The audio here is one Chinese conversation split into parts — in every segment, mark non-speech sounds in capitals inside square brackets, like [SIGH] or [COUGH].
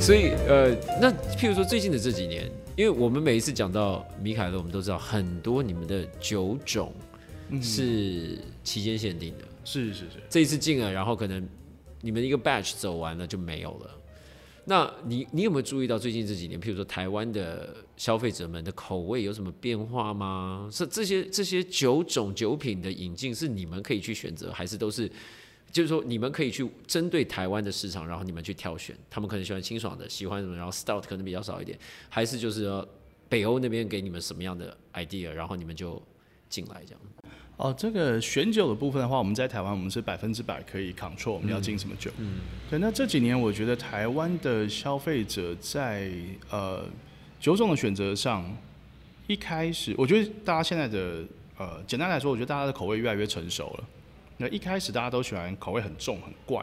所以呃，那譬如说最近的这几年，因为我们每一次讲到米凯勒，我们都知道很多你们的酒种是期间限定的，是是是，这一次进了，然后可能你们一个 batch 走完了就没有了。那你你有没有注意到最近这几年，譬如说台湾的消费者们的口味有什么变化吗？是这些这些酒种酒品的引进是你们可以去选择，还是都是就是说你们可以去针对台湾的市场，然后你们去挑选，他们可能喜欢清爽的，喜欢什么，然后 stout 可能比较少一点，还是就是呃北欧那边给你们什么样的 idea，然后你们就进来这样？哦，这个选酒的部分的话，我们在台湾我们是百分之百可以 control 我们要进什么酒。嗯，对。那这几年我觉得台湾的消费者在呃酒种的选择上，一开始我觉得大家现在的呃，简单来说，我觉得大家的口味越来越成熟了。那一开始大家都喜欢口味很重很怪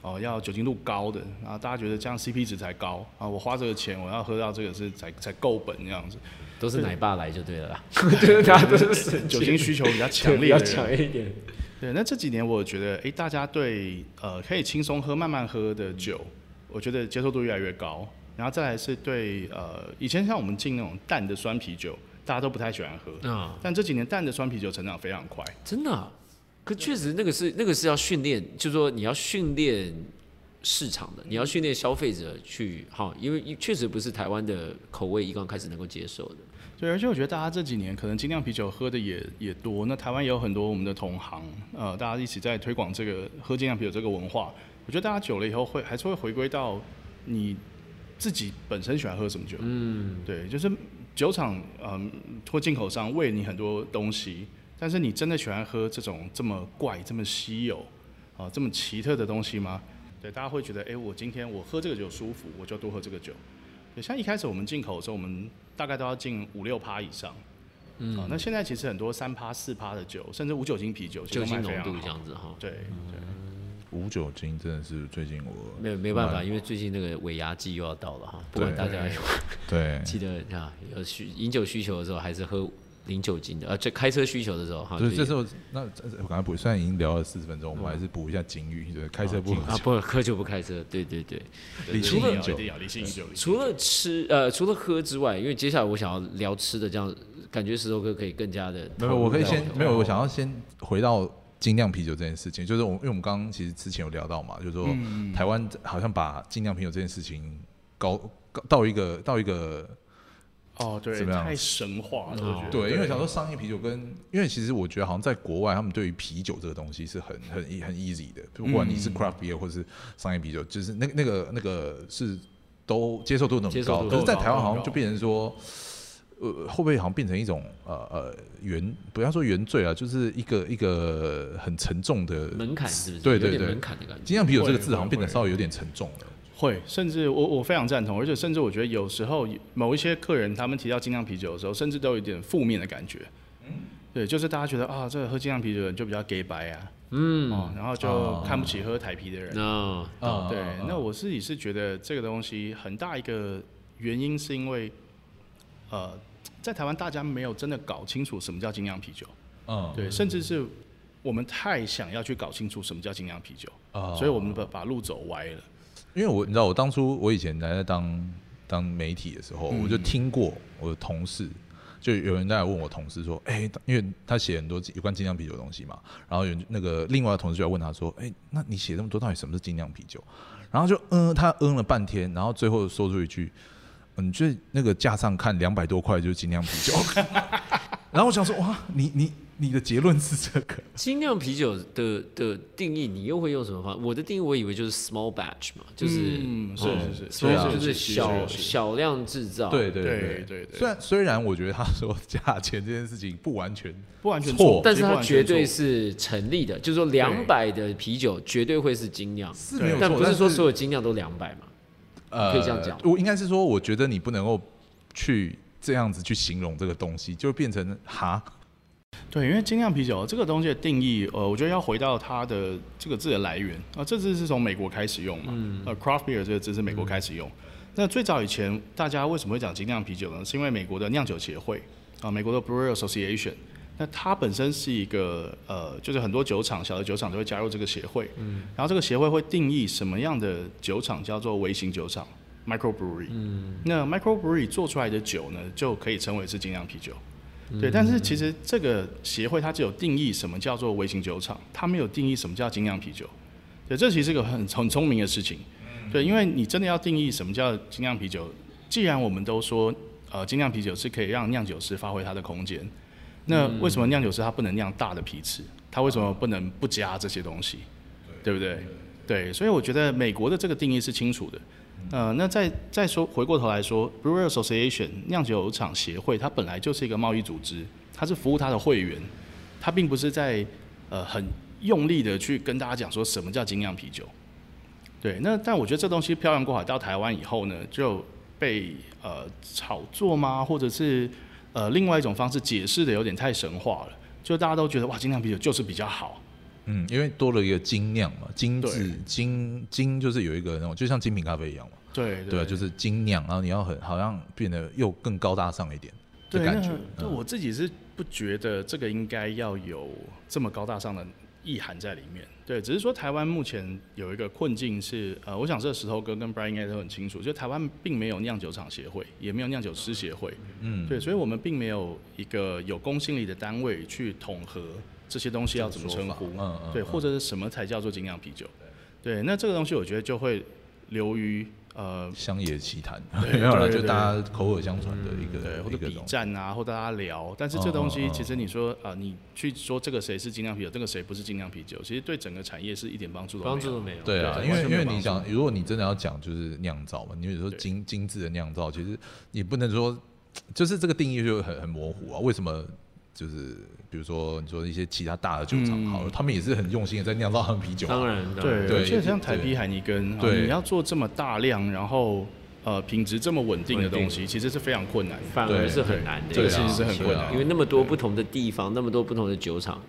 哦、要酒精度高的，然后大家觉得这样 CP 值才高啊，我花这个钱我要喝到这个是才才够本这样子，都是奶爸来就对了啦， [LAUGHS] 对，大家都 [LAUGHS] 是酒精需求 [LAUGHS] 比较强对烈比的较人，强一点。对，那这几年我觉得，诶，大家对呃可以轻松喝、慢慢喝的酒，我觉得接受度越来越高。然后再来是对呃，以前像我们进那种淡的酸啤酒，大家都不太喜欢喝，啊、但这几年淡的酸啤酒成长非常快。真的啊、可确实那个是那个是要训练，就是说你要训练市场的，你要训练消费者去哈，因为确实不是台湾的口味一刚开始能够接受的。对，而且我觉得大家这几年可能精酿啤酒喝的也也多，那台湾也有很多我们的同行，呃，大家一起在推广这个喝精酿啤酒这个文化。我觉得大家久了以后会还是会回归到你自己本身喜欢喝什么酒。嗯，对，就是酒厂嗯或进口商喂你很多东西，但是你真的喜欢喝这种这么怪、这么稀有啊、这么奇特的东西吗？对，大家会觉得，哎、我今天我喝这个酒舒服，我就多喝这个酒。对，像一开始我们进口的时候，我们大概都要进五六趴以上。嗯、那现在其实很多三趴、四趴的酒，甚至无酒精啤酒，其酒实都精卖浓非常度嗯这好。样子哈，对对，无酒精真的是最近我没有没办法，因为最近那个尾牙季又要到了哈，不管大家有对记得啊，有需饮酒需求的时候还是喝零酒精的，呃，这开车需求的时候哈，所以最这近时候，那我刚才补，虽然已经聊了四十分钟，我们还是补一下警语，就是开车不喝嗯啊酒，不喝酒不开车，对对对。对理性对饮一酒定。要理性饮酒。理性饮酒除了吃呃除了喝之外，因为接下来我想要聊吃的，这样感觉石头哥可以更加的。没有，我可以先没有，我想要先回到精酿啤酒这件事情，就是我因为我们刚刚其实之前有聊到嘛，就是嗯说、台湾好像把精酿啤酒这件事情高高到一个到一个哦，对，怎么样太神话了，我觉得。对，因为想说商业啤酒跟，因为其实我觉得好像在国外，他们对于啤酒这个东西是很很很 easy 的，不管你是 craft beer 或是商业啤酒，就是那那个那个是都接受度很接受高，度可是，很在高台湾很好像高就变成说。呃，会不会好像变成一种呃呃原不要说原罪啊，就是一个一个很沉重的门槛是不是？对对有点对门槛的感觉。精酿啤酒这会个字好像会变得会稍微有点沉重了。会，甚至我我非常赞同，而且甚至我觉得有时候某一些客人他们提到精酿啤酒的时候，甚至都有一点负面的感觉。对，就是大家觉得啊，这个喝精酿啤酒的人就比较 gay 白啊，嗯，哦，然后就哦看不起喝台啤的人。那啊哦对，那我自己是觉得这个东西很大一个原因是因为，呃，在台湾大家没有真的搞清楚什么叫精酿啤酒，嗯对，甚至是我们太想要去搞清楚什么叫精酿啤酒，啊所以我们把把路走歪了。因为我你知道，我当初我以前还在当当媒体的时候，嗯我就听过我的同事，就有人在问我同事说，哎、因为他写很多有关精酿啤酒的东西嘛，然后有人那个另外的同事就来问他说，哎、那你写这么多，到底什么是精酿啤酒？然后就嗯，他嗯了半天，然后最后说出一句，嗯，就是那个架上看两百多块就是精酿啤酒，然后我想说，哇，你你你的结论是这个？精酿啤酒的的定义，你又会用什么方法？我的定义我以为就是 small batch 嘛，就是嗯是哦是是 small 对啊 batch 就是是是小是是小量制造。对对哦对对对对虽然虽然我觉得他说价钱这件事情不完全不完全错错，但是其实不它完绝全对错是成立的，就是说两百的啤酒绝对会是精酿，是没有错，但不是说所有有精酿都两百嘛？呃可以这样讲我应该是说，我觉得你不能够去这样子去形容这个东西，就变成哈，对，因为精酿啤酒这个东西的定义，呃，我觉得要回到它的这个字的来源啊、这字是从美国开始用嘛，呃，craft beer 这个字是美国开始用。那最早以前大家为什么会讲精酿啤酒呢？是因为美国的酿酒协会啊、美国的 Brewer Association，那它本身是一个呃，就是很多酒厂小的酒厂都会加入这个协会，然后这个协会会定义什么样的酒厂叫做微型酒厂。 micro brewery。嗯，那 micro brewery 做出来的酒呢，就可以称为是精酿啤酒。对，但是其实这个协会它只有定义什么叫做微型酒厂，它没有定义什么叫精酿啤酒。对，这其实是个很很聪明的事情。对，因为你真的要定义什么叫精酿啤酒，既然我们都说呃精酿啤酒是可以让酿酒师发挥它的空间，那为什么酿酒师他不能酿大的批次？他为什么不能不加这些东西？对不对？对，所以我觉得美国的这个定义是清楚的。嗯呃，那再再说回过头来说，Brewer Association 酿酒厂协会，它本来就是一个贸易组织，它是服务它的会员，它并不是在呃很用力的去跟大家讲说什么叫精酿啤酒。对，那但我觉得这东西漂洋过海到台湾以后呢，就被呃炒作吗，或者是呃另外一种方式解释的有点太神话了，就大家都觉得哇精酿啤酒就是比较好，嗯，因为多了一个精酿嘛，精致对精精就是有一个那种，就像精品咖啡一样嘛，对对啊，就是精酿，然后你要很好像变得又更高大上一点的对，感那觉。嗯对我自己是不觉得这个应该要有这么高大上的意涵在里面。对，只是说台湾目前有一个困境是，呃，我想这石头哥跟 Brian 应该都很清楚，就台湾并没有酿酒厂协会，也没有酿酒师协会，嗯，对，所以我们并没有一个有公信力的单位去统合这些东西要怎么称呼，这种说法嗯嗯对，嗯或者是什么才叫做精酿啤酒，对，那这个东西我觉得就会流于呃乡野奇谈，对没有了，对就对嗯大家口耳相传的一个对，或一者个比东西。战啊，或者大家聊。但是嗯这东西嗯其实你说啊、呃你去说这个谁是精酿啤酒，这个谁不是精酿啤酒，其实对整个产业是一点帮助都没有。帮助都没有。对啊，哦对因为完全因没有为你帮助想，如果你真的要讲就是酿造嘛，你有时候精精致的酿造，其实你不能说，就是这个定义就很很模糊啊。为什么？就是比如说你说一些其他大的酒嗯厂，好了，他们也是很用心的在酿造他们啤酒啊、当然，当然对，对而且像台啤、海尼根，啊对你要做这么大量，然后呃品质这么稳定的东西，其实是非常困难的。反而是很难的，这对个其啊事情实是很困难的。因为那么多不同的地方，那么多不同的酒厂，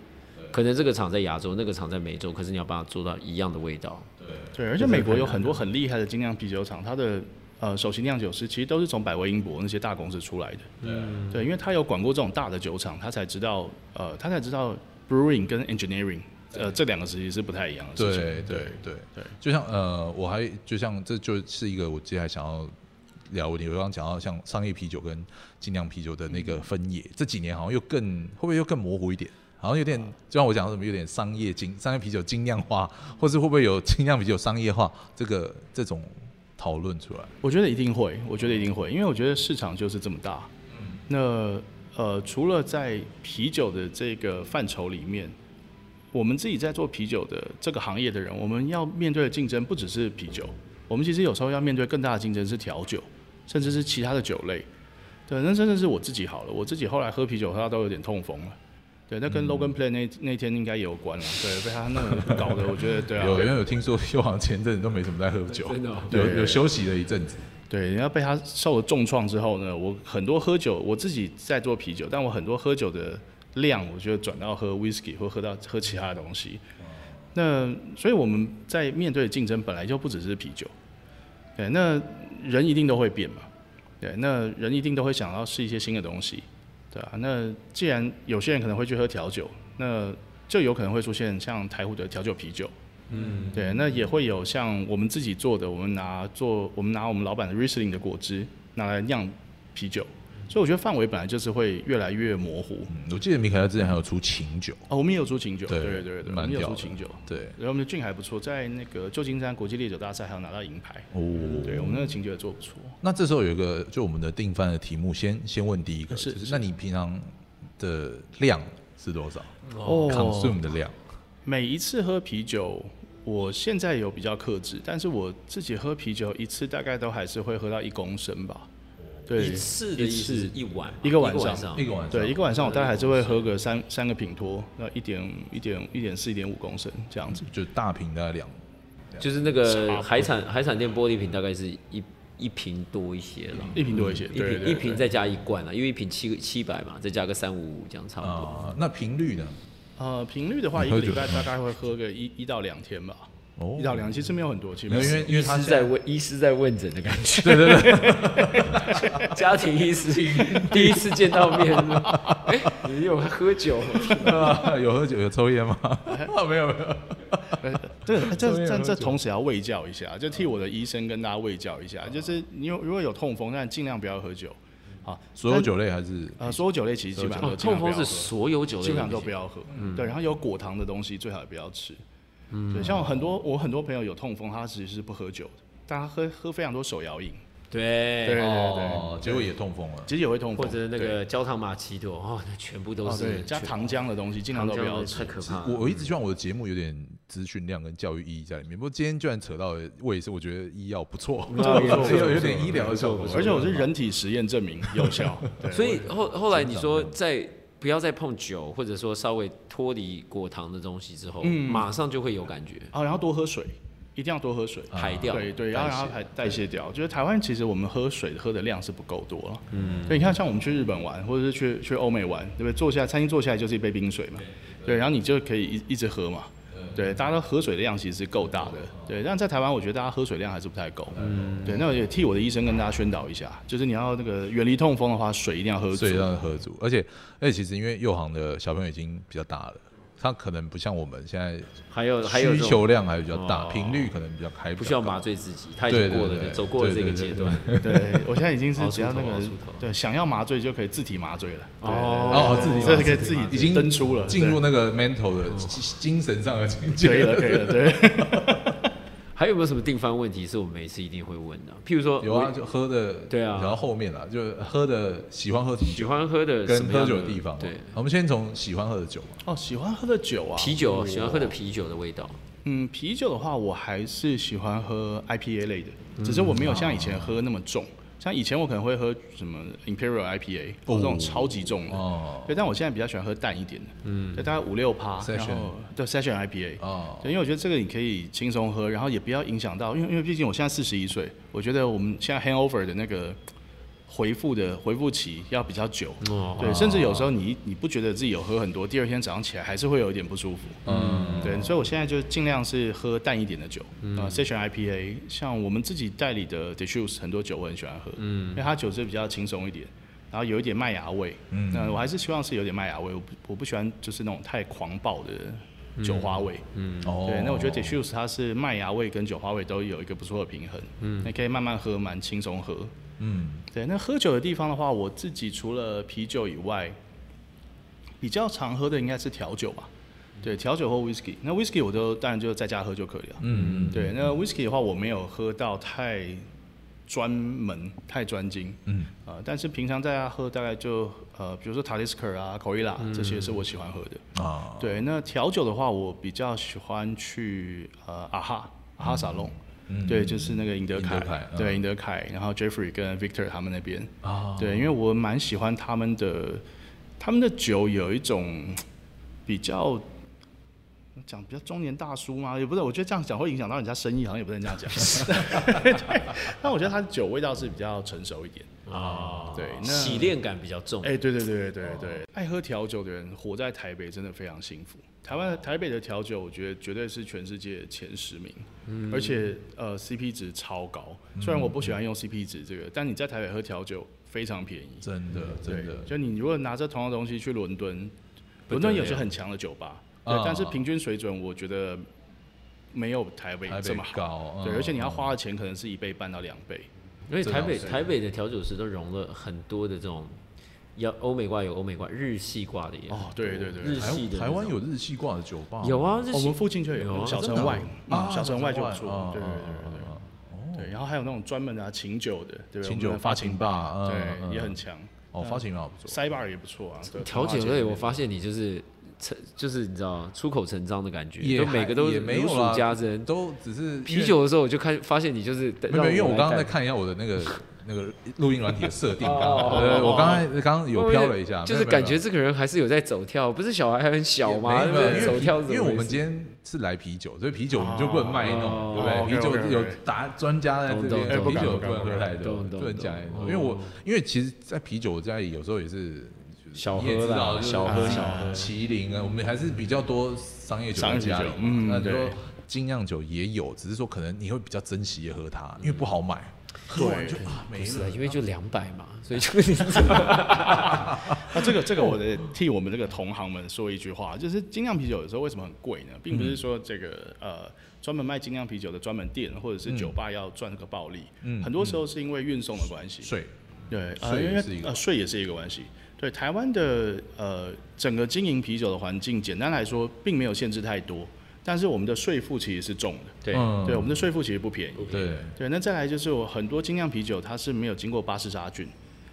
可能这个厂在亚洲，那个厂在美洲，可是你要把它做到一样的味道，对，而且美国有很多很厉害的精酿啤酒厂，它的呃首席酿酒师其实都是从百威英博那些大公司出来的。嗯，对，因为他有管过这种大的酒厂，他才知道呃，他才知道 brewing 跟 engineering 呃这两个其实是不太一样的事情。对对对对，就像呃，我还就像这就是一个我接下来想要聊的问题。我刚刚讲到像商业啤酒跟精酿啤酒的那嗯个分野，这几年好像又更会不会又更模糊一点？好像有点，嗯就像我讲的什么，有点商业精商业啤酒精酿化，或是会不会有精酿啤酒商业化这个这种讨论出来？我觉得一定会，我觉得一定会，因为我觉得市场就是这么大。嗯那呃，除了在啤酒的这个范畴里面，我们自己在做啤酒的这个行业的人，我们要面对的竞争不只是啤酒，我们其实有时候要面对更大的竞争是调酒，甚至是其他的酒类。对，那甚至是我自己好了，我自己后来喝啤酒，喝到都有点痛风了。对，那嗯跟 Logan Play 那那天应该也有关了。对，被他那个搞得，我觉得对啊，有因为有听说，又好像前阵子都没怎么在喝酒，真的哦有对有休息了一阵子。对，然后被他受了重创之后呢，我很多喝酒，我自己在做啤酒，但我很多喝酒的量，我就转到喝 whisky 或喝到喝其他的东西。那所以我们在面对的竞争本来就不只是啤酒，对，那人一定都会变嘛，对，那人一定都会想要试一些新的东西，对啊，那既然有些人可能会去喝调酒，那就有可能会出现像台虎的调酒啤酒，对，那也会有像我们自己做的，我们拿做我们拿我们老板的 Riesling 的果汁拿来酿啤酒，所以我觉得范围本来就是会越来越模糊。嗯，我记得米凯勒之前还有出琴酒，哦，我们也有出琴酒，对对对对对，我蛮们也有屌出的琴酒，对，然后我们的俊还不错，在那个旧金山国际烈酒大赛还有拿到银牌，哦，对我们那个琴酒也做不错。那这时候有一个，就我们的定番的题目，先先问第一个，是就是是那你平常的量是多少、哦 c o n s u m e 的量，每一次喝啤酒，我现在有比较克制，但是我自己喝啤酒一次大概都还是会喝到一公升吧。对，一次的意思是一碗嘛，一一个晚晚上一个晚上，对，一个晚上我大概还是会喝个三三个品托，那一点一点一点四一点五公升这样子。就大瓶大概两，就是那个海产海产店玻璃瓶大概是一一瓶多一些了。一瓶多一些，一对瓶对一瓶再加一罐啊，因为一瓶七七百嘛，再加个三五五，这样差不多。啊、那频率呢？呃，频率的话，你一喝个酒礼拜大概会喝个一一到两天吧。哦一到两其实没有很多，其实没有，因为因为医他师现在在问医师在问诊的感觉，对对对， [LAUGHS] 家庭医师第一次见到面，哎、你有喝酒？ [LAUGHS] 有喝酒有抽烟吗？哎 [LAUGHS] 没有没有，这个这边这有这喝这酒同时要喂教一下，就替我的医生跟大家喂教一下，就是你有如果有痛风，但尽量不要喝酒。好，所有酒类还是呃，所有酒类其实基本上哦都尽痛量不风要喝是所有酒类基本上都不不行要喝。嗯对，然后有果糖的东西最好也不要吃。对，像我很多我很多朋友有痛风，他其实是不喝酒的，但他喝喝非常多手摇饮，对对对哦，结果也痛风了。其实也会痛风。哎或者那对个焦糖玛奇朵，哦，那全部都哦，是对，加全糖浆的东西尽量都不糖浆要的吃太。可怕我了。我一直希望我的节目有点资讯量跟教育意义在里面，不过今天居然扯到胃，是我觉得医药不错，不错不错不错 [LAUGHS] 有有点医疗的效果。而且我是人体实验证明有效， [LAUGHS] 对所以后后来你说在不要再碰酒，或者说稍微脱离果糖的东西之后，嗯马上就会有感觉，啊，然后多喝水，一定要多喝水。排掉。对对，然后然后还代谢掉。就是台湾其实我们喝水喝的量是不够多了。嗯，所以你看，像我们去日本玩，或者是去去欧美玩，对不对？坐下餐厅坐下来就是一杯冰水嘛，对，嗯然后你就可以一一直喝嘛。对，大家都喝水的量其实是够大的，对。但在台湾，我觉得大家喝水量还是不太够。嗯，对。那我也替我的医生跟大家宣导一下，就是你要那个远离痛风的话，水一定要喝足所。以让合组，而且而且其实因为右航的小朋友已经比较大了，他可能不像我们现在还有还有需这种求量还比较大，哦频率可能比较开，不需要比较高麻醉自己，他已经对对过了对走过了这对个对对阶段。对，我现在已经是熬只要出那头熬个出头对，想要麻醉就可以自体麻醉了。对哦对对哦自己麻醉这个可以自己已经登出了，进入那个 mental 的精精神上的境对可以界了，可以了，对。 [LAUGHS] 还有没有什么定番问题是我们每次一定会问的？譬如说，有啊，就喝的对啊然后后面啊，就是喝的喜欢喝什么喜酒，欢喝的什跟么喝样酒的地方。对，，我们先从喜欢喝的酒嘛。 [LAUGHS] 哦，喜欢喝的酒啊，啤酒喜欢喝的啤酒的味道，嗯，啤酒的话，我还是喜欢喝 IPA 类的，只是我没有像以前喝那么重。像以前我可能会喝什么 Imperial IPA，或者这种超级重的。哦对，但我现在比较喜欢喝淡一点的，嗯，就大概五六趴，然 Session 后对 Session IPA，哦，对，因为我觉得这个你可以轻松喝，然后也不要影响到，因为因为毕竟我现在四十一岁，我觉得我们现在 hangover 的那个回复的回复期要比较久，哦对，甚至有时候你你不觉得自己有喝很多，第二天早上起来还是会有一点不舒服，嗯，对，所以我现在就尽量是喝淡一点的酒，嗯啊、s e s s i o n IPA，像我们自己代理的 d e s h u s 很多酒我很喜欢喝，嗯，因为它酒是比较轻松一点。然后有一点麦芽味，嗯，那我还是希望是有点麦芽味，我不我不喜欢就是那种太狂暴嗯的酒花味，哦对，那我觉得 d e s h u s 它是麦芽味跟酒花味都有一个不错的平衡，嗯，你可以慢慢喝，蛮轻松喝。嗯，对，那喝酒的地方的话，我自己除了啤酒以外，比较常喝的应该是调酒吧，对，调酒或 whisky。那 whisky 我都当然就在家喝就可以了，嗯嗯，对，那 whisky 的话我没有喝到太专门、太专精，嗯，呃，但是平常在家喝大概就呃，比如说 Talisker 啊、c o i l a 嗯这些是我喜欢喝的。啊，对，那调酒的话，我比较喜欢去呃啊哈啊哈沙龙，嗯对，就是那个尹德尹德凯，凯嗯对尹德凯，然后 Jeffrey 跟 Victor 他们那边，啊，对，因为我蛮喜欢他们的，他们的酒有一种比较。讲比较中年大叔吗？也不是，我觉得这样讲会影响到人家生意，好像也不能这样讲。 [LAUGHS] 对，但我觉得他的酒味道是比较成熟一点。啊，对那洗练感比较重哎、。对对对对哦对对，爱喝调酒的人活在台北真的非常幸福。台湾台北的调酒，我觉得绝对是全世界前十名，嗯而且呃 CP 值超高。虽然我不喜欢用 CP 值这个，但你在台北喝调酒非常便宜。真的真的对，就你如果拿着同样的东西去伦敦，不伦得了敦有些很强的酒吧，对，啊但是平均水准我觉得没有台北台这北么好。高，嗯对，而且你要花的钱可能是一倍半到两倍。而且台北这倒是台北的调酒师都融了很多的这种，要欧美挂有欧美挂，日系挂的也很多哦对对对日台系的台湾那种有日系挂的酒吧吗，有啊，日哦我们系附近就有啊有小真城的外，啊，嗯小城外就有小出城外啊，对对对啊对对。啊对，然后还有那种专门的、啊、琴酒的，对不对，琴我们酒的发发情情吧嗯嗯嗯对，也很强。哦，发行蛮不错，塞巴尔也不错啊，对调酒类，对我发现你就是成就是你知道出口成章的感觉，也就每个都还也没有如数啦家珍。都只是因为啤。酒的时候我就看发现你就是没有，没有因为我刚刚在在看一下我的那个那个录音软体的设定，刚哦好哦哦呃，哦我刚才刚刚有飘了一下，就是没有没有感觉这个人还是有在走跳，不是小孩还很小吗？也没有因为走跳因是为怎么我回们事今天是来啤酒，所以啤酒我们就不能卖弄，哦对不对？ OK，OK，OK 啤酒有达专家在这懂边，懂啤懂酒懂不能喝太多，懂懂不能懂讲太懂哦多。因为我因为其实，在啤酒我家里有时候也是。小你也喝知道啦就是小喝自己小麒麟啊，我们还是比较多商业酒商在业酒家里。嗯那就说对精酿酒也有，只是说可能你会比较珍惜喝它，因为不好买，喝完就啊没不是啊，了。因为就两百嘛，所 [LAUGHS] 以就 [LAUGHS] 那这个这个，我得替我们这个同行们说一句话，就是精酿啤酒有时候为什么很贵呢？并不是说这个呃专门卖精酿啤酒的专门店或者是酒吧要赚这个暴利，嗯很多时候是因为运送的关系，税对，税呃，也因为是一个呃税也是一个关系。对台湾的呃整个经营啤酒的环境，简单来说并没有限制太多，但是我们的税负其实是重的，对嗯对，我们的税负其实不便宜。对对，那再来就是我很多精酿啤酒它是没有经过巴氏杀菌，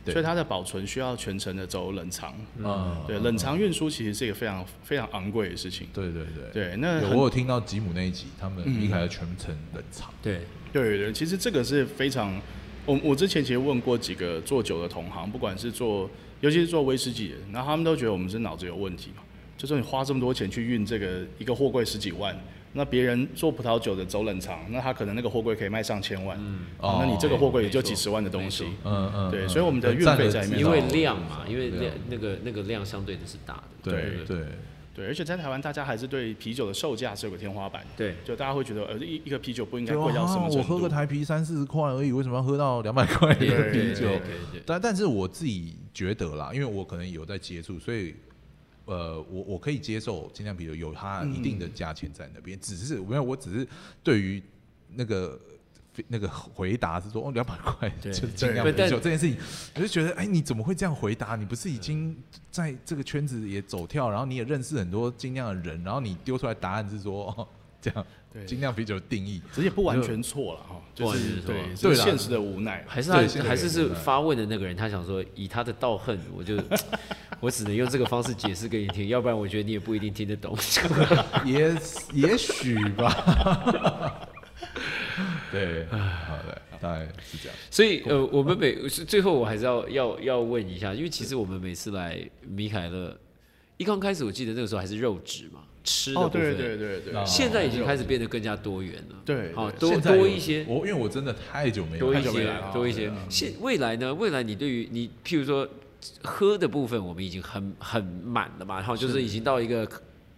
对所以它的保存需要全程的走冷藏。嗯对，冷藏运输其实是一个非常非常昂贵的事情。对对对对，那嗯有很嗯我有听到吉姆那一集，他们米凯全程冷藏，对对对对，其实这个是非常，我我之前其实问过几个做酒的同行，不管是做，尤其是做威士忌的，然后他们都觉得我们是脑子有问题嘛，就说你花这么多钱去运这个一个货柜十几万，那别人做葡萄酒的走冷藏，那他可能那个货柜可以卖上千万，嗯，哦那你这个货柜也就没错几十万的东西没错，嗯嗯，对嗯所以我们的运费在里面因为没错量嘛，因为对量啊那个那个量相对的是大的，对对对，而且在台湾大家还是对啤酒的售价是有个天花板，对就大家会觉得呃一一个啤酒不应该对啊贵到什么程度，我喝个台啤三四十块而已，为什么要喝到两百块的对对啤对酒？对对但但是我自己觉得啦，因为我可能有在接触，所以呃，我我可以接受精酿啤酒有它一定的价钱在那边，只是没有，我只是对于那个。那个回答是说哦，两百块对就是精酿对啤对酒这件事情，我就觉得哎、你怎么会这样回答？你不是已经在这个圈子也走跳，然后你也认识很多精酿的人，然后你丢出来答案是说哦，这样对精酿啤酒的定义，只是也不完全错了哈，不就完全是错对，对这是啦现实的无奈啦。还是对现他在还是有是点难发问的那个人，他想说以他的道恨，我 [LAUGHS] 就我只能用这个方式解释给你听，要不然我觉得你也不一定听得懂。 [LAUGHS] 也也许吧。 [LAUGHS] 对，好的，大概是这样。所以呃，我们每是最后我还是要要要问一下，因为其实我们每次来米凯勒，一刚开始我记得那个时候还是肉质嘛，吃的哦，部分，对对对对，现在已经开始变得更加多元了，对好对多现在有多一些，我因为我真的太久没有多一太久没些来了，啊多一些。现未来呢？未来你对于你，譬如说喝的部分，我们已经很很满了嘛，然后就是已经到一个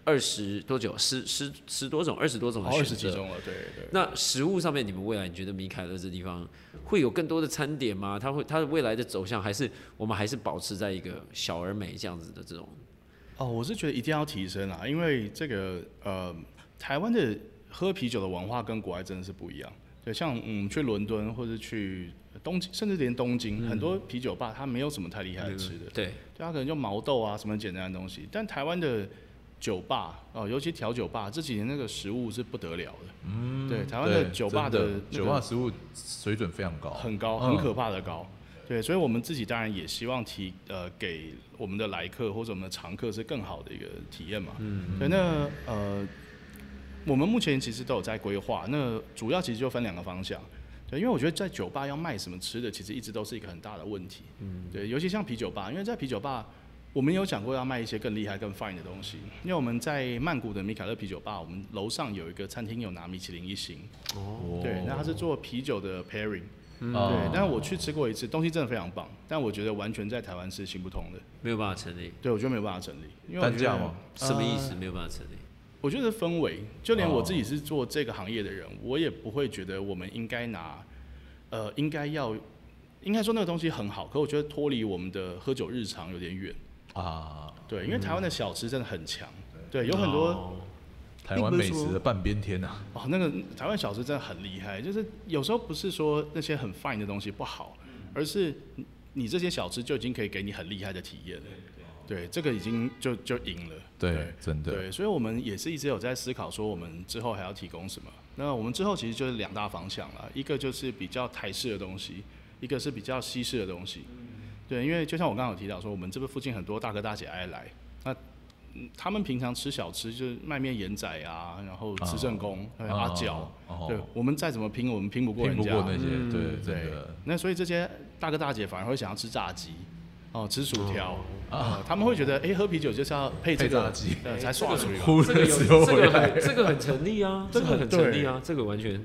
二十多久，十十十多种，二十多种的哦二选十几择。种了，对对。那食物上面，你们未来你觉得米凯勒这地方会有更多的餐点吗？它会它的未来的走向，还是我们还是保持在一个小而美这样子的这种？哦，我是觉得一定要提升啊，因为这个呃，台湾的喝啤酒的文化跟国外真的是不一样。对，像我们去伦敦或者去东京，甚至连东京，很多啤酒吧它没有什么太厉害的吃的，嗯对，对，它可能就毛豆啊什么简单的东西。但台湾的酒吧哦、尤其调酒吧这几年那个食物是不得了的，嗯，对，台湾的对酒吧真的的那个酒吧食物水准非常高，很高，嗯很可怕的高。对，所以我们自己当然也希望提呃给我们的来客或者我们的常客是更好的一个体验嘛。嗯，对，那呃，我们目前其实都有在规划，那主要其实就分两个方向。对，因为我觉得在酒吧要卖什么吃的，其实一直都是一个很大的问题。嗯，对，尤其像啤酒吧，因为在啤酒吧，我们有讲过要卖一些更厉害、更 fine 的东西。因为我们在曼谷的米凯勒啤酒吧，我们楼上有一个餐厅有拿米其林一星，哦对，那它是做啤酒的 pairing。对哦，但我去吃过一次，东西真的非常棒，但我觉得完全在台湾是行不通的。没有办法成立，对，我觉得没有办法整理，因为我单觉价得吗？什么意思？没有办法成立。我觉得氛围，就连哦我自己是做这个行业的人，我也不会觉得我们应该拿，呃，应该要，应该说那个东西很好，可我觉得脱离我们的喝酒日常有点远。啊，对，因为台湾的小吃真的很强，对，有很多哦台湾美食的半边天啊，哦，那个台湾小吃真的很厉害，就是有时候不是说那些很 fine 的东西不好，而是你你这些小吃就已经可以给你很厉害的体验了。对，这个已经就就赢了。对，真的，对，所以我们也是一直有在思考说，我们之后还要提供什么。那我们之后其实就是两大方向了，一个就是比较台式的东西，一个是比较西式的东西。对，因为就像我刚刚有提到说，我们这边附近很多大哥大姐爱来，那嗯他们平常吃小吃就是卖面盐仔啊，然后吃正宫、还有阿角，哦对我们再怎么拼，我们拼不过拼人不家。嗯过那些，对，真对的，，那所以这些大哥大姐反而会想要吃炸鸡，哦，吃薯条啊，他们会觉得，哎，喝啤酒就是要配这配个炸鸡呃，才爽出去。忽这个略有之这 [LAUGHS] 后个回来，很这个很成立啊，这这个个很很成立啊，这个完全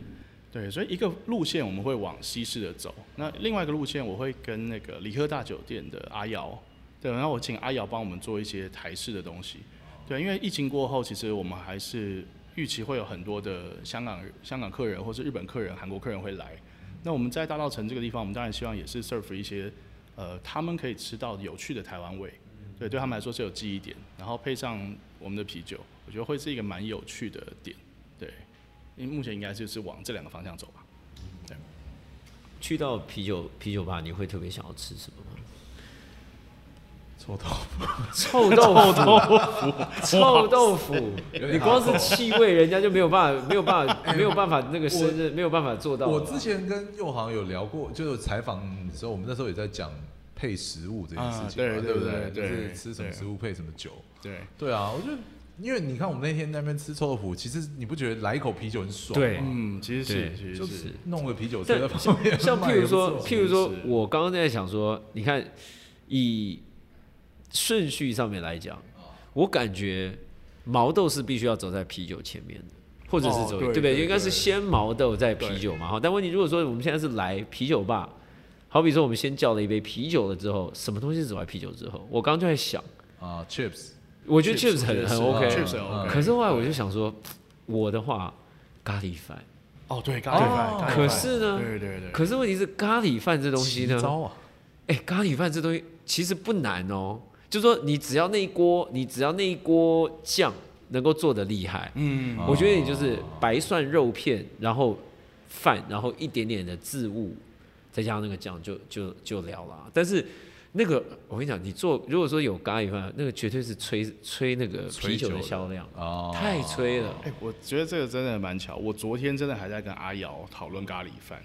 对，所以一个路线我们会往西式的走，那另外一个路线我会跟那个离合大酒店的阿瑶，对，然后我请阿瑶帮我们做一些台式的东西。对，因为疫情过后，其实我们还是预期会有很多的香港香港客人或是日本客人、韩国客人会来。那我们在大稻城这个地方，我们当然希望也是 serve 一些呃他们可以吃到有趣的台湾味，对，对他们来说是有记忆点，然后配上我们的啤酒，我觉得会是一个蛮有趣的点，对。因为目前应该就是往这两个方向走吧。去到啤酒啤酒吧，你会特别想要吃什么吗？臭豆腐， [LAUGHS] 臭豆腐，臭豆腐，你光是气味，人家就没有办法，没有办法，没有办法那个胜任，没有办法做到了吧。我之前跟佑航有聊过，就是采访的时候，我们那时候也在讲配食物这件事情嘛，啊对不对就对是对吃什么食物配什么酒。对，对啊，我觉得，因为你看我们那天在那边吃臭豆腐，其实你不觉得来一口啤酒很爽对吗？嗯，其实对是，其实就是是，弄个啤酒车但在旁边像卖譬也如不说，错譬如说是，我刚刚在想说，你看，以顺序上面来讲，哦我感觉毛豆是必须要走在啤酒前面的，或者是哦走、对不对？对应该是对先毛豆再啤酒嘛。好，但问题如果说我们现在是来啤酒吧，好比说我们先叫了一杯啤酒了之后，什么东西是走在啤酒之后？我刚刚就在想，啊，chips，我觉得 Chips， chips 我觉很得很是 OK，嗯，chips 很 OK 可是后来我就想说，我的话，咖喱饭。哦，对，咖喱饭，咖喱饭可是呢对对对，可是问题是咖喱饭这东西呢奇，招啊，哎、咖喱饭这东西其实不难哦，就说你只要那一锅，你只要那一锅酱能够做的厉害，嗯，我觉得你就是白蒜肉片，然后饭，然后一点点的渍物，再加上那个酱就就就了啦。但是那个我跟你讲，你做如果说有咖喱饭，那个绝对是吹吹那个吹啤酒酒的的销量，哦太吹了。哎、我觉得这个真的蛮巧。我昨天真的还在跟阿瑶讨论咖喱饭，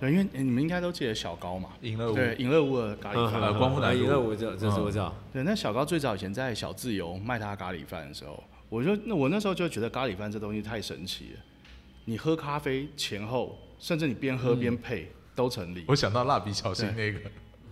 对，因为、哎你们应该都记得小高嘛，赢嗯了我，对，饮乐屋的咖喱饭。呃光复南路哎那我知道，这是我知道。对，那小高最早以前在小自由卖他咖喱饭的时候，我就那我那时候就觉得咖喱饭这东西太神奇了。你喝咖啡前后，甚至你边嗯喝边配、都成立。我想到蜡笔小新那个， [LAUGHS]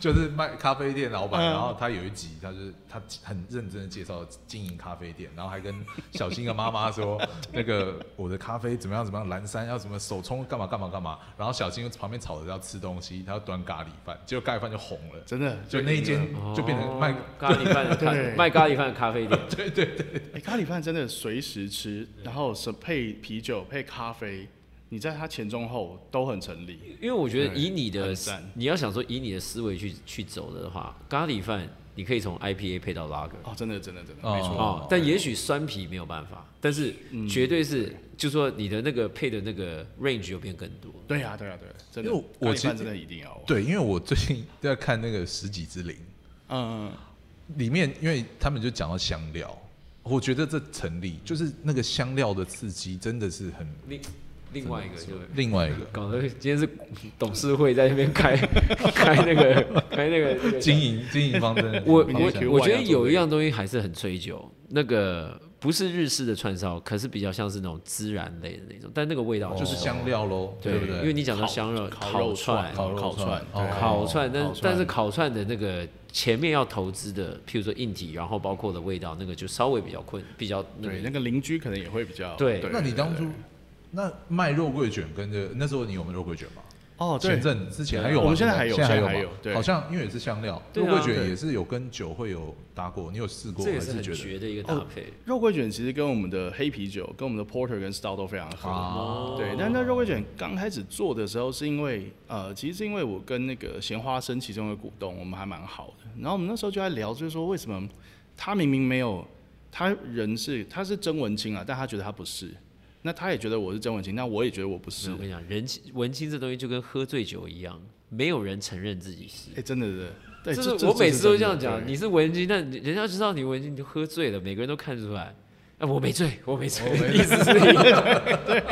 就是卖咖啡店老板，嗯然后他有一集，他就是他很认真的介绍经营咖啡店，然后还跟小新的妈妈说，那个我的咖啡怎么样怎么样，蓝山要什么手冲干嘛干嘛干嘛，然后小新旁边吵着要吃东西，他要端咖喱饭，结果咖喱饭就红了，真的，就那一间就变成卖哦咖喱饭的咖对卖咖喱饭的咖啡店，哎、咖喱饭真的随时吃，然后是配啤酒配咖啡，你在它前中后都很成立。因为我觉得以你对的很赞你要想说以你的思维去去走的话，咖喱饭你可以从 IPA 配到拉格哦，真的真的真的，哦没错。哦，但也许酸啤没有办法，但是嗯绝对是就说你的那个配的那个 range 又变更多。对呀、对呀、对、真的，因为我咖其喱实饭真的一定要。对，因为我最近在看那个十几之灵，嗯，嗯里面，因为他们就讲到香料，我觉得这成立，就是那个香料的刺激真的是很另另外一个就是另外一个。搞得今天是董事会在那边开 [LAUGHS] 开那个开那个那个，经营经营方针 [LAUGHS] 我明天我去我万觉要得做有这一个样东西还是很吹酒，那个不是日式的串烧，可是比较像是那种孜然类的那种，但那个味哦道就是香料喽，对对哦不对？因为你讲到香肉、烤肉串、烤肉烤串串，哦对烤串，但烤串但是烤串的那个前面要投资的，譬如说硬体，然后包括的味道，那个就稍微比较困，比较那对，个那个邻居可能也会比较。对那你当对初那卖肉桂卷跟这那时候你有没有肉桂卷吗？哦，对前，阵之前还有吗，我们现在还有现在现在还还有有吗，对好像因为也是香料，对肉啊桂卷对也是有跟酒会有搭过，你有试过这还也是很觉得绝的一个搭配。肉桂卷其实跟我们的黑啤酒、跟我们的 porter 跟 stout 都非常合。啊对，但那肉桂卷刚开始做的时候，是因为呃，其实是因为我跟那个咸花生其中的股东，我们还蛮好的。然后我们那时候就在聊，就是说为什么他明明没有，他人是他是曾文清啊，但他觉得他不是，那他也觉得我是曾文清，但我也觉得我不是是我。跟你讲，人情文青这东西就跟喝醉酒一样，没有人承认自己是。哎、真的是，对，这是我每次都这样真的讲，你是文青，但人家知道你文青，你就喝醉了，每个人都看出来。啊，我没醉，我没醉，意思是一样，对，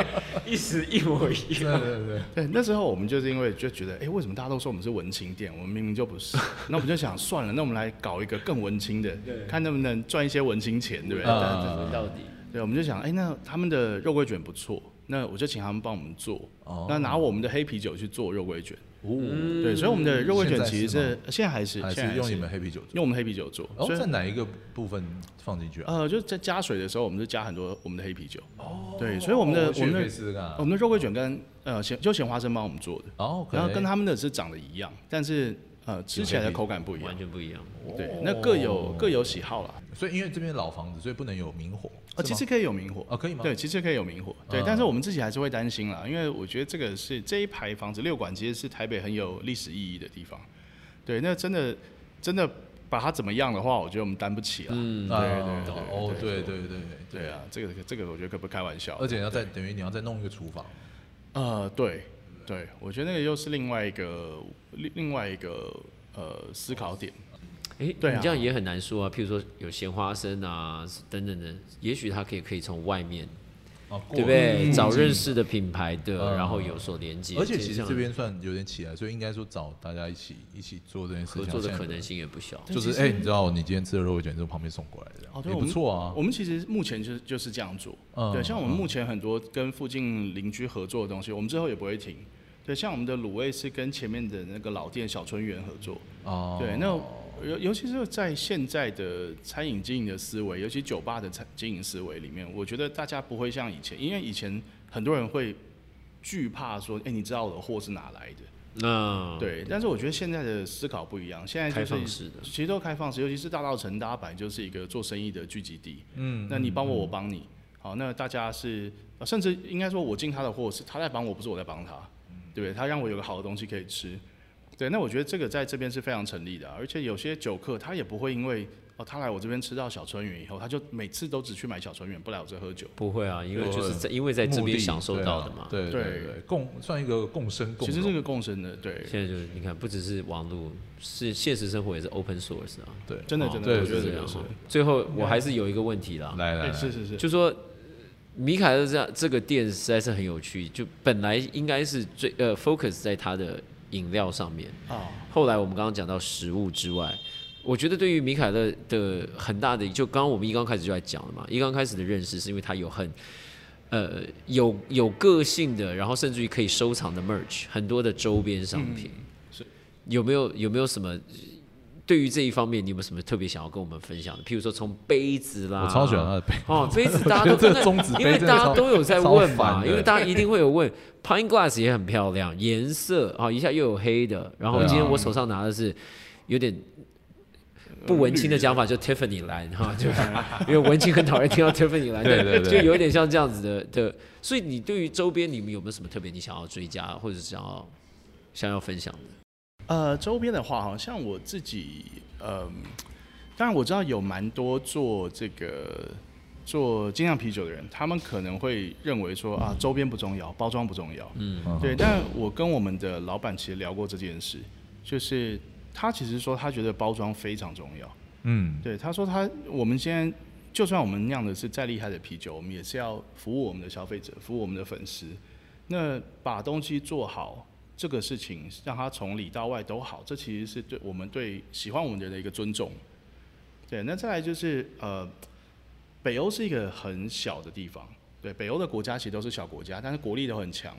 意思一模 [LAUGHS] 一样。对对 [LAUGHS] 对，对，那时候我们就是因为就觉得，哎、为什么大家都说我们是文青店，我们明明就 [LAUGHS] 不是？那我们就想，算了，那我们来搞一个更文青的，看能不能赚一些文青钱，对不嗯对？啊到底对，我们就想，哎、那他们的肉桂卷不错，那我就请他们帮我们做，哦那拿我们的黑啤酒去做肉桂卷。哦，对，所以我们的肉桂现卷在其实是是现在还是还嗯现在是用你们哦黑啤酒做。用我们黑啤酒做，然后所以在哪一个部分放进去啊？呃，就是在加水的时候，我们就加很多我们的黑啤酒。哦，对，所以我们的、哦我们去可以的试试看啊哦我。们的肉桂卷跟呃咸就咸花生帮我们做的。然后可然后能跟他们的是长得一样，但是呃吃起来的口感不一完样。全不一样。对，哦那各有各有喜好啦。所以因为这边老房子，所以不能有明火。啊，其实可以有明火啊可以吗对，其实可以有明火，对，嗯但是我们自己还是会担心啦，因为我觉得这个是这一排房子六馆其实是台北很有历史意义的地方，对，那真的真的把它怎么样的话，我觉得我们担不起了，嗯，对对啊对哦，对对对对对啊，这个这个我觉得可不开玩笑，而且要再等于你要再弄一个厨房，呃，对对，我觉得那个又是另外一个另另外一个呃思考点，哎，对啊你这样也很难说啊。譬如说有咸花生啊等等的，也许它可以可以从外面，啊，对不对？找认识的品牌的，然后有所连接。嗯而且其实样这边算有点起来，所以应该说找大家一起一起做这件事情，合作的好像可能性也不小。就是哎、你知道你今天吃的肉桂卷是旁边送过来的，哦对也我不们错啊我。们其实目前就是就是这样做，嗯对，像我们目前很多跟附近邻居合作的东西，我们之后也不会停。对，像我们的卤味是跟前面的那个老店小春园合作，哦，对，那尤尤其是在现在的餐饮经营的思维，尤其酒吧的餐经营思维里面，我觉得大家不会像以前，因为以前很多人会惧怕说，哎、你知道我的货是哪来的？那对，但是我觉得现在的思考不一样，现在嗯开就是放式的，其实都开放式，尤其是大道城，大家本来就是一个做生意的聚集地。嗯，那你帮我，我帮你。好，那大家是，呃甚至应该说，我进他的货是他在帮我，不是我在帮他，嗯对不对？他让我有个好的东西可以吃，对。那我觉得这个在这边是非常成立的啊、而且有些酒客他也不会因为哦，他来我这边吃到小春园以后，他就每次都只去买小春园，不来我这喝酒。不会啊，因为对就是在因为在这目的边享受到的嘛。对啊对对对对，共算一个共生共其荣。实这个共生的，对，现在就是你看，不只是网络，是现实生活也是 open source 啊。对，真的哦真的，对我觉得是这这样个是哦，。最后我还是有一个问题啦，来来哎来，是是是，就说呃米凯勒这样这个店实在是很有趣，就本来应该是最呃 focus 在它的饮料上面，啊，后来我们刚刚讲到食物之外，我觉得对于米凯勒的很大的，就刚刚我们一刚开始就在讲了嘛，一刚开始的认识是因为他有很。呃，有有个性的，然后甚至于可以收藏的 merch，很多的周边商品，嗯是有没有有没有什么？对于这一方面，你有没有什么特别想要跟我们分享的？譬如说从杯子啦，我超喜欢他的杯， [LAUGHS] 哦，杯子大家都这个中指杯因为真的大超家都有在超问烦嘛，的因为大家一定会有问，pine glass 也很漂亮，颜色啊、哦一下又有黑的，然后对啊今天我手上拿的是有点。不文青的讲法就 Tiffany 蓝哈，就因为文青很讨厌 [LAUGHS] 听到 Tiffany 蓝，对但对对就有点像这样子的的。所以你对于周边你们有没有什么特别你想要追加或者是想要想要分享的？呃，周边的话，好像我自己，呃，当然我知道有蛮多做这个做精酿啤酒的人，他们可能会认为说啊，周边不重要，包装不重要。嗯，嗯对，但我跟我们的老板其实聊过这件事，就是他其实说他觉得包装非常重要。嗯，对，他说他我们现在就算我们酿的是再厉害的啤酒，我们也是要服务我们的消费者，服务我们的粉丝。那把东西做好这个事情，让它从里到外都好，这其实是对我们对喜欢我们的人的一个尊重。对，那再来就是呃，北欧是一个很小的地方，对，北欧的国家其实都是小国家，但是国力都很强。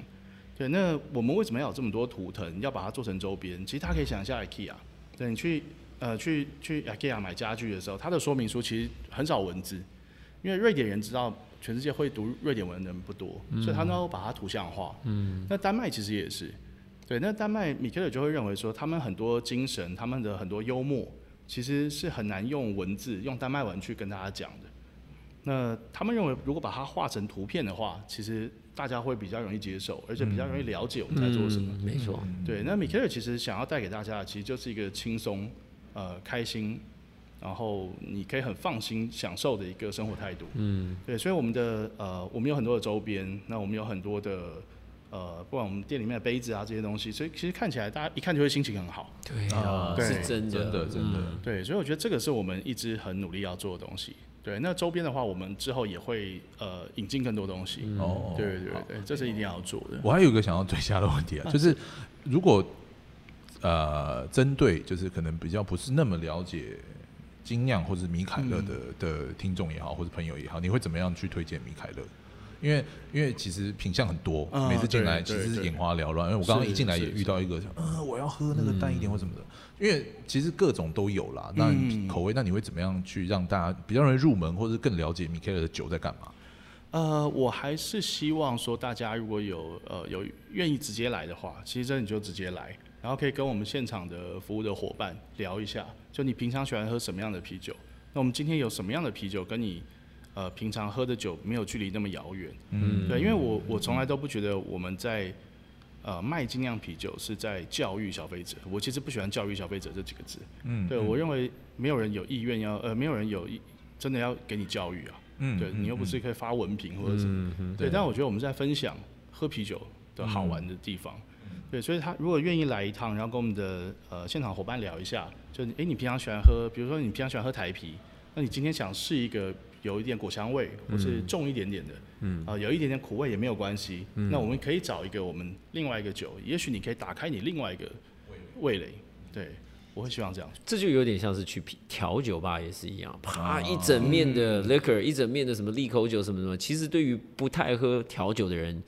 对，那我们为什么要有这么多图腾，要把它做成周边？其实大家可以想一下 IKEA，对你去呃去去 IKEA 买家具的时候，它的说明书其实很少文字，因为瑞典人知道全世界会读瑞典文的人不多，所以他们都把它图像化。嗯，那丹麦其实也是，对，那丹麦米克尔就会认为说，他们很多精神，他们的很多幽默，其实是很难用文字用丹麦文去跟大家讲的。那他们认为，如果把它画成图片的话，其实大家会比较容易接受，而且比较容易了解我们在做什么。嗯？没错，对，那米克尔其实想要带给大家的，其实就是一个轻松、呃开心，然后你可以很放心享受的一个生活态度。嗯，对，所以我们的呃，我们有很多的周边，那我们有很多的呃，不管我们店里面的杯子啊这些东西，所以其实看起来大家一看就会心情很好。对啊哎是对真的，真的真的嗯对，所以我觉得这个是我们一直很努力要做的东西。对，那周边的话，我们之后也会呃引进更多东西。哦对对对，这是一定要做的。我还有一个想要追加的问题嗯啊，就是如果呃，针对就是可能比较不是那么了解精酿或是米凯勒的、嗯的听众也好，或者朋友也好，你会怎么样去推荐米凯勒？因为因为其实品相很多，啊每次进来其对实是对眼花缭乱。因为我刚刚是一进来也是遇到一个，呃，我要喝那个淡一点或什么的。因为其实各种都有啦，那嗯口味，那你会怎么样去让大家比较容易入门，或者是更了解米凯勒的酒在干嘛？呃，我还是希望说，大家如果有呃有愿意直接来的话，其实真的你就直接来。然后可以跟我们现场的服务的伙伴聊一下，就你平常喜欢喝什么样的啤酒？那我们今天有什么样的啤酒跟你呃平常喝的酒没有距离那么遥远？嗯，对，因为我我从来都不觉得我们在呃卖精酿啤酒是在教育消费者，我其实不喜欢教育消费者这几个字。嗯，对，我认为没有人有意愿要呃，没有人有意真的要给你教育啊。嗯对你又不是可以发文凭或者什么，对。对但我觉得我们在分享喝啤酒的好玩的地方，嗯对。所以他如果愿意来一趟，然后跟我们的呃现场伙伴聊一下，就哎、诶你平常喜欢喝，比如说你平常喜欢喝台啤，那你今天想试一个有一点果香味或是重一点点的，嗯，啊、有一点点苦味也没有关系，嗯那我们可以找一个我们另外一个酒，也许你可以打开你另外一个味蕾，对。我会希望这样。这就有点像是去啤调酒吧也是一样，啊啪一整面的 liquor，、一整面的什么利口酒什么什么，其实对于不太喝调酒的人，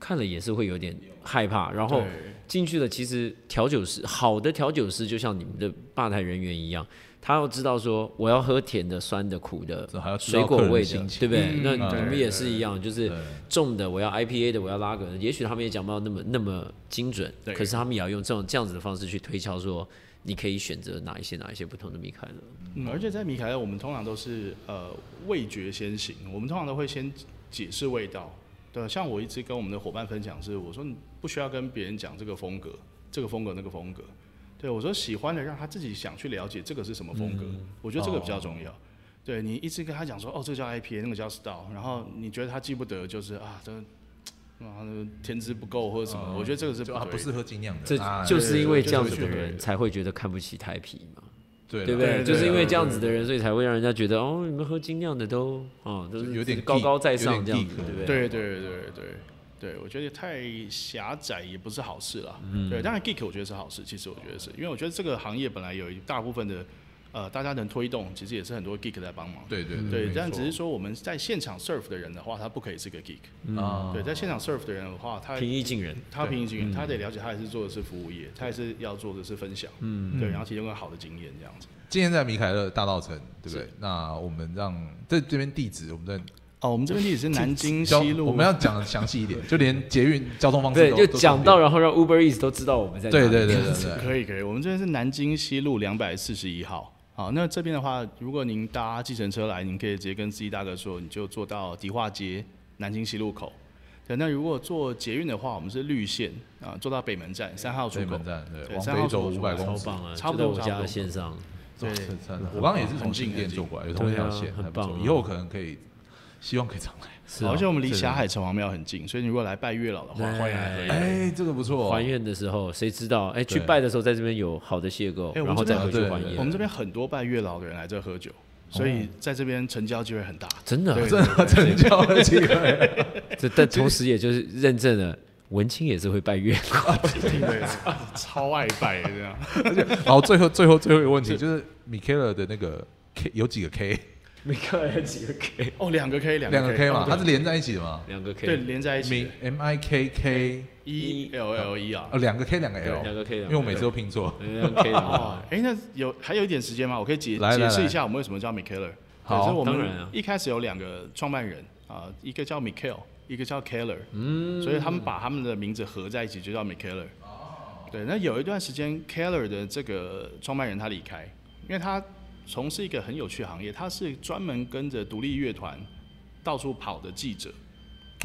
看了也是会有点害怕。然后对进去了，其实调酒师好的调酒师就像你们的吧台人员一样，他要知道说我要喝甜的、酸的、苦的这还要、知道水果味客人的的心，情对不对？嗯那对你们也是一样，就是对重的我要 IPA 的，我要拉格的，也许他们也讲不到那么那么精准，对可是他们也要用这种这样子的方式去推敲说。你可以选择哪一些哪一些不同的米开了。嗯，而且在米凯勒，我们通常都是呃味觉先行，我们通常都会先解释味道。对，像我一直跟我们的伙伴分享是，我说你不需要跟别人讲这个风格、这个风格、那个风格。对我说喜欢的，让他自己想去了解这个是什么风格，嗯我觉得这个比较重要。哦对你一直跟他讲说，哦，这个叫 IPA，那个叫 Stout，然后你觉得他记不得，就是啊，这个啊，那个天资不够或者什么，我觉得这个是就对啊的不是喝精酿的，这啊就是因为这样子对的对对人才会觉得看不起台啤嘛，对对不啦对对？对就是因为这样对子的人，所以才会让人家觉得哦，你们喝精酿的都哦都是有点高高在 geek，有上点这样子， geek 对不对？对对对对对，我觉得太狭窄也不是好事啦。嗯对，当然 geek 我觉得是好事，其实我觉得是因为我觉得这个行业本来有一大部分的呃大家能推动，其实也是很多 geek 在帮忙。对对对，嗯没但错只是说我们在现场 serve 的人的话，他不可以是个 geek。啊嗯对，在现场 serve 的人的话，他平易近人。他平易近人，他得了解，他也是做的是服务业，他也是要做的是分享。嗯，对，然后提供个好的经验这样子。今天在米凯勒大道城，对不对？那我们让在这边地址，我们在哦，我们这边地址是南京交，西路，嗯我们要讲得详细一点，就连捷运交通方式对，都就都讲到，然后让 Uber Eats 都知道我们在哪对里对对对对，可以可以，我们这边是南京西路两百四十一号。好，那这边的话，如果您搭计程车来，您可以直接跟司机大哥说，你就坐到迪化街南京西路口。对，那如果坐捷运的话，我们是绿线啊，坐到北门站三号出北口门。站，对，对往三号北走出五口百公超尺，棒啊！差不就多在我差不家多的线上，对哇这真的我刚刚也是从新店坐过来，有同一条线，对啊还不错很棒啊以后可能可以，希望可以常来。是好啊而且我们离霞海城隍庙很近，所以你如果来拜月老的话，对欢迎来喝一杯。哎，这个不错，还愿的时候，谁知道？哎，去对拜的时候，在这边有好的邂逅，哎我们然后这再边回去还对对我们愿。这边很多拜月老的人来这喝酒，所以在这边成交机会很大。真的啊，对真的成交的机会，这但同时也就是认证了，文青也是会拜月 [LAUGHS] 老。对，超爱拜的这样。然后最后最后最后一个问题就是米凯勒的那个 K 有几个 K，每个人几个 K？哦，两个 K，两两个 K 嘛，哦它是连在一起的嘛，两个 K，对，连在一起米的。 M I K K E L L E 啊呃。两个 K 两个 L，两个 K，因为我每次都拼错。两个 K 哦的，，哎，那有还有一点时间吗？我可以解来来解释一下我们为什么叫 Mikeller。好就是我当们然啊一开始有两个创办人啊、一个叫 Mikael，一个叫 Keller，嗯，所以他们把他们的名字合在一起就叫 Mikeller。对，哦那有一段时间 Keller 的这个创办人他离开，因为他从事一个很有趣的行业，他是专门跟着独立乐团到处跑的记者。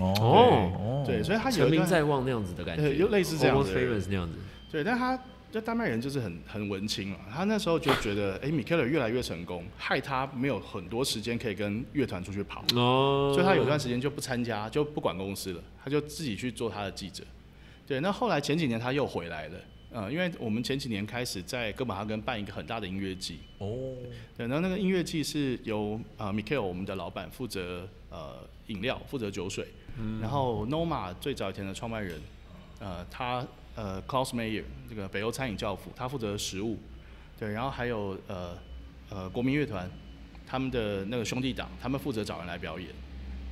哦对，所以他有成一名段在望那样子的感觉，对又类似这样 Almost 子 famous 那样子。对，但他这丹麦人就是很很文青嘛，他那时候就觉得，哎、米克勒越来越成功，害他没有很多时间可以跟乐团出去跑，哦，所以他有段时间就不参加，就不管公司了，他就自己去做他的记者。对，那后来前几年他又回来了，呃，因为我们前几年开始在哥本哈根办一个很大的音乐季，哦，对，然后那个音乐季是由啊、呃、Mikael 我们的老板负责呃饮料，负责酒水，然后 Noma 最早以前的创办人，呃他呃 Klaus Mayer 这个北欧餐饮教父，他负责食物，对，然后还有呃呃国民乐团他们的那个兄弟党，他们负责找人来表演，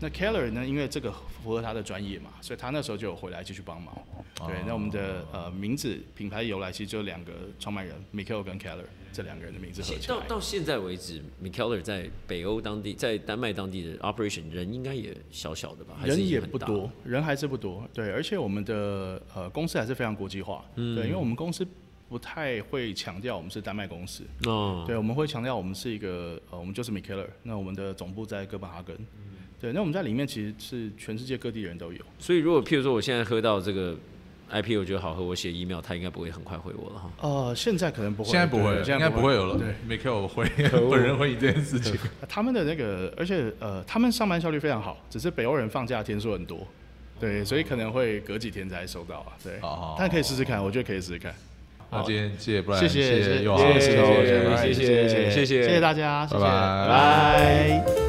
那 Keller 呢，因为这个符合他的专业嘛，所以他那时候就有回来继续帮忙。哦对，那我们的呃名字品牌由来其实就两个创办人 Michael 跟 Keller 这两个人的名字合起来到。到现在为止 m i k e l e r 在北欧当地，在丹麦当地的 operation 人应该也小小的吧？还是人已经也很不大多，人还是不多，对，而且我们的呃公司还是非常国际化，嗯对，因为我们公司不太会强调我们是丹麦公司，嗯哦，对，我们会强调我们是一个呃，我们就是 m i k e l e r 那我们的总部在哥本哈根，嗯对，那我们在里面其实是全世界各地人都有，所以如果譬如说我现在喝到这个 IP，我觉得好喝，我写 email，他应该不会很快回我了哈。呃，现在可能不会，现在不会对了，现应在该不会有了对，。 Michael 会本人会议这件事情。他们的那个，而且呃，他们上班效率非常好，只是北欧人放假天数很多，对，所以可能会隔几天才收到啊，对哦，但可以试试看，我觉得可以试试看。那今天谢谢布莱谢谢恩，谢谢佑佑豪，谢谢谢谢谢谢谢谢谢谢大家，谢谢，拜拜拜拜